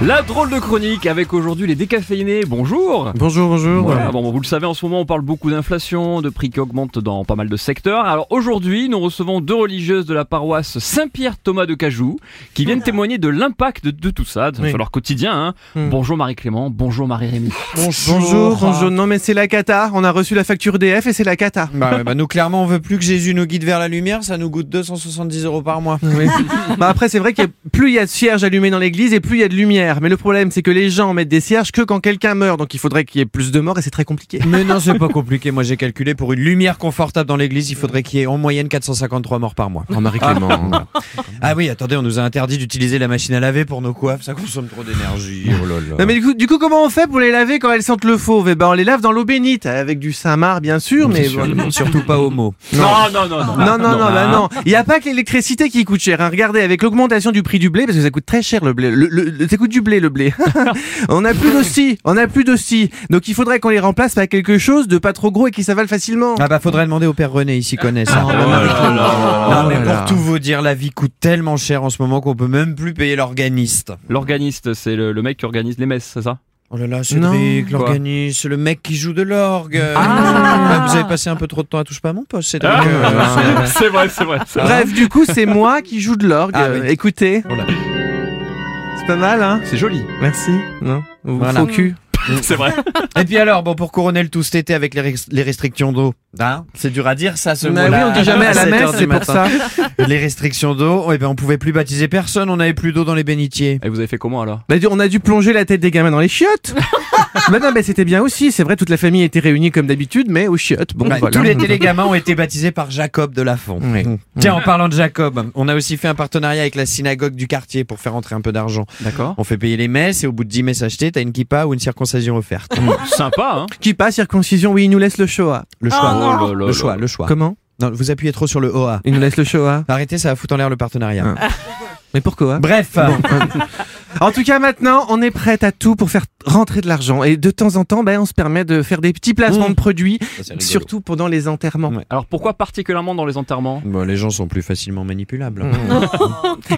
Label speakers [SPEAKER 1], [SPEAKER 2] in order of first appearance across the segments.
[SPEAKER 1] La drôle de chronique avec aujourd'hui les décaféinés. Bonjour.
[SPEAKER 2] Bonjour, bonjour.
[SPEAKER 1] Voilà, bon, vous le savez, en ce moment, on parle beaucoup d'inflation, de prix qui augmentent dans pas mal de secteurs. Alors aujourd'hui, nous recevons deux religieuses de la paroisse Saint-Pierre Thomas de Cajou qui viennent témoigner de l'impact de, de tout ça de-
[SPEAKER 2] Oui.
[SPEAKER 1] sur leur quotidien. hein. Bonjour Marie-Clément, bonjour Marie-Rémy.
[SPEAKER 2] Bonjour, bonjour, Non, mais c'est la cata. On a reçu la facture DF et c'est la cata.
[SPEAKER 3] Bah, ouais, bah, nous clairement on veut plus que Jésus nous guide vers la lumière, ça nous coûte 270 euros par mois.
[SPEAKER 2] bah après, c'est vrai que plus il y a de cierges allumés dans l'église et plus il y a de lumière. Mais le problème, c'est que les gens mettent des cierges que quand quelqu'un meurt. Donc il faudrait qu'il y ait plus de morts et c'est très compliqué.
[SPEAKER 3] Mais non c'est pas compliqué, moi j'ai calculé pour une lumière confortable dans l'église il faudrait qu'il y ait en moyenne 453 morts par mois.
[SPEAKER 2] Oh, Marie-Clément.
[SPEAKER 3] Ah oui attendez on nous a interdit d'utiliser la machine à laver pour nos coiffes, ça consomme trop d'énergie. Oh là là.
[SPEAKER 2] Non, mais du coup, du coup, comment on fait pour les laver quand elles sentent le fauve Eh ben, on les lave dans l'eau bénite. Avec du Saint-Marc, bien sûr, mais. voilà.
[SPEAKER 3] Surtout pas homo.
[SPEAKER 1] Non, non, non, non.
[SPEAKER 2] Non, non, non, bah
[SPEAKER 1] hein.
[SPEAKER 2] non. Il n'y a pas que l'électricité qui coûte cher. hein. Regardez, avec l'augmentation du prix du blé, parce que ça coûte très cher le blé. Le, le- le- ça coûte du blé, le blé. on n'a plus d'hostie. On n'a plus d'hostie. Donc il faudrait qu'on les remplace par quelque chose de pas trop gros et qui s'avale facilement.
[SPEAKER 3] Ah bah faudrait demander au père René, il s'y connaît ça. Non mais pour tout vous dire la vie coûte tellement cher en ce moment qu'on peut même plus payer l'organiste.
[SPEAKER 1] L'organiste, c'est le, le mec qui organise les messes, c'est ça
[SPEAKER 3] Oh là là Cédric,
[SPEAKER 1] Non.
[SPEAKER 3] l'organiste, le mec qui joue de l'orgue. Bah, vous avez passé un peu trop de temps à touche pas à mon poste Cédric.
[SPEAKER 1] Ah.
[SPEAKER 3] Euh,
[SPEAKER 1] C'est vrai, c'est vrai. c'est vrai.
[SPEAKER 2] Bref, du coup, c'est moi qui joue de l'orgue.
[SPEAKER 3] Hein Ah,
[SPEAKER 2] Euh,
[SPEAKER 3] oui.
[SPEAKER 2] Écoutez.
[SPEAKER 3] Voilà.
[SPEAKER 2] C'est pas mal, hein
[SPEAKER 1] C'est joli,
[SPEAKER 2] Merci. Non Vous
[SPEAKER 3] Voilà.
[SPEAKER 2] faux cul.
[SPEAKER 1] c'est vrai.
[SPEAKER 3] Et puis alors, bon, pour couronner le tout cet été avec les, res- les restrictions d'eau, hein, c'est dur à dire ça ce
[SPEAKER 2] Bah oui,
[SPEAKER 3] mot-là.
[SPEAKER 2] on dit jamais à la
[SPEAKER 3] 7
[SPEAKER 2] messe,
[SPEAKER 3] heures du
[SPEAKER 2] c'est pour
[SPEAKER 3] matin.
[SPEAKER 2] ça.
[SPEAKER 3] Les restrictions d'eau, eh ben, on pouvait plus baptiser personne, on avait plus d'eau dans les bénitiers.
[SPEAKER 1] Et vous avez fait comment alors
[SPEAKER 2] Bah, du- on a dû plonger la tête des gamins dans les chiottes. bah non, mais c'était bien aussi. C'est vrai, toute la famille était réunie comme d'habitude, mais aux chiottes. Bon,
[SPEAKER 3] Bah,
[SPEAKER 2] voilà.
[SPEAKER 3] Tous les télégamins ont été baptisés par Jacob de Lafont.
[SPEAKER 2] Oui.
[SPEAKER 3] Mmh. Tiens, en parlant de Jacob, on a aussi fait un partenariat avec la synagogue du quartier pour faire entrer un peu d'argent.
[SPEAKER 1] D'accord.
[SPEAKER 3] On fait payer les messes et au bout de 10 messes achetées, t'as une kippa ou une circoncision offerte.
[SPEAKER 1] Sympa, hein
[SPEAKER 2] Qui passe circoncision, oui, il nous laisse le Shoah.
[SPEAKER 3] Le choix.
[SPEAKER 2] Ah,
[SPEAKER 1] Oh là là là.
[SPEAKER 3] le choix, le choix.
[SPEAKER 2] Comment
[SPEAKER 3] Non, vous appuyez trop sur le OA.
[SPEAKER 2] Il nous laisse le Shoah.
[SPEAKER 3] Arrêtez, ça va foutre en l'air le partenariat.
[SPEAKER 2] Mais pourquoi
[SPEAKER 3] Bref.
[SPEAKER 2] En tout cas, maintenant, on est prête à tout pour faire rentrer de l'argent. Et de temps en temps, ben, on se permet de faire des petits placements
[SPEAKER 3] Mmh.
[SPEAKER 2] de produits,
[SPEAKER 3] Surtout.
[SPEAKER 2] surtout pendant les enterrements.
[SPEAKER 3] Ouais.
[SPEAKER 1] Alors pourquoi particulièrement dans les enterrements
[SPEAKER 3] Bon, les gens sont plus facilement manipulables.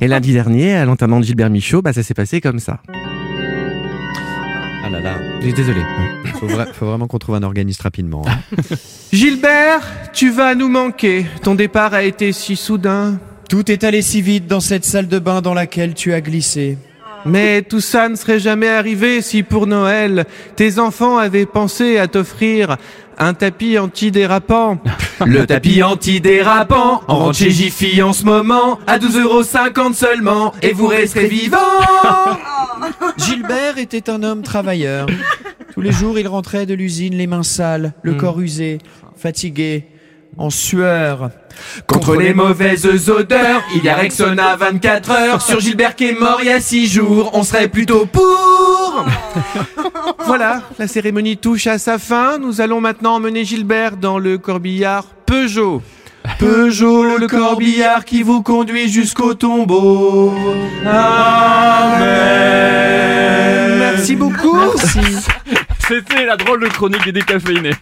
[SPEAKER 2] Et lundi dernier, à l'enterrement de Gilbert Michaud, bah, ça s'est passé comme ça.
[SPEAKER 3] Ah là là.
[SPEAKER 2] Désolé.
[SPEAKER 3] Faut, vra- faut vraiment qu'on trouve un organiste rapidement. hein.
[SPEAKER 2] Gilbert, tu vas nous manquer. Ton départ a été si soudain.
[SPEAKER 3] Tout est allé si vite dans cette salle de bain dans laquelle tu as glissé.
[SPEAKER 2] Mais tout ça ne serait jamais arrivé si pour Noël, tes enfants avaient pensé à t'offrir un tapis antidérapant. Le tapis antidérapant, en vente chez Jiffy en ce moment, à 12,50€ seulement, et vous resterez vivant
[SPEAKER 3] Gilbert était un homme travailleur. Tous les jours, il rentrait de l'usine les mains sales, le
[SPEAKER 2] Hmm.
[SPEAKER 3] corps usé, fatigué, en sueur.
[SPEAKER 2] Contre les mauvaises odeurs, il y a Rexona 24 heures, sur Gilbert qui est mort il y a 6 jours, on serait plutôt pour Voilà, la cérémonie touche à sa fin, nous allons maintenant emmener Gilbert dans le corbillard Peugeot. Peugeot, le corbillard qui vous conduit jusqu'au tombeau. Amen. Merci beaucoup.
[SPEAKER 1] C'était la drôle de chronique des décaféinés.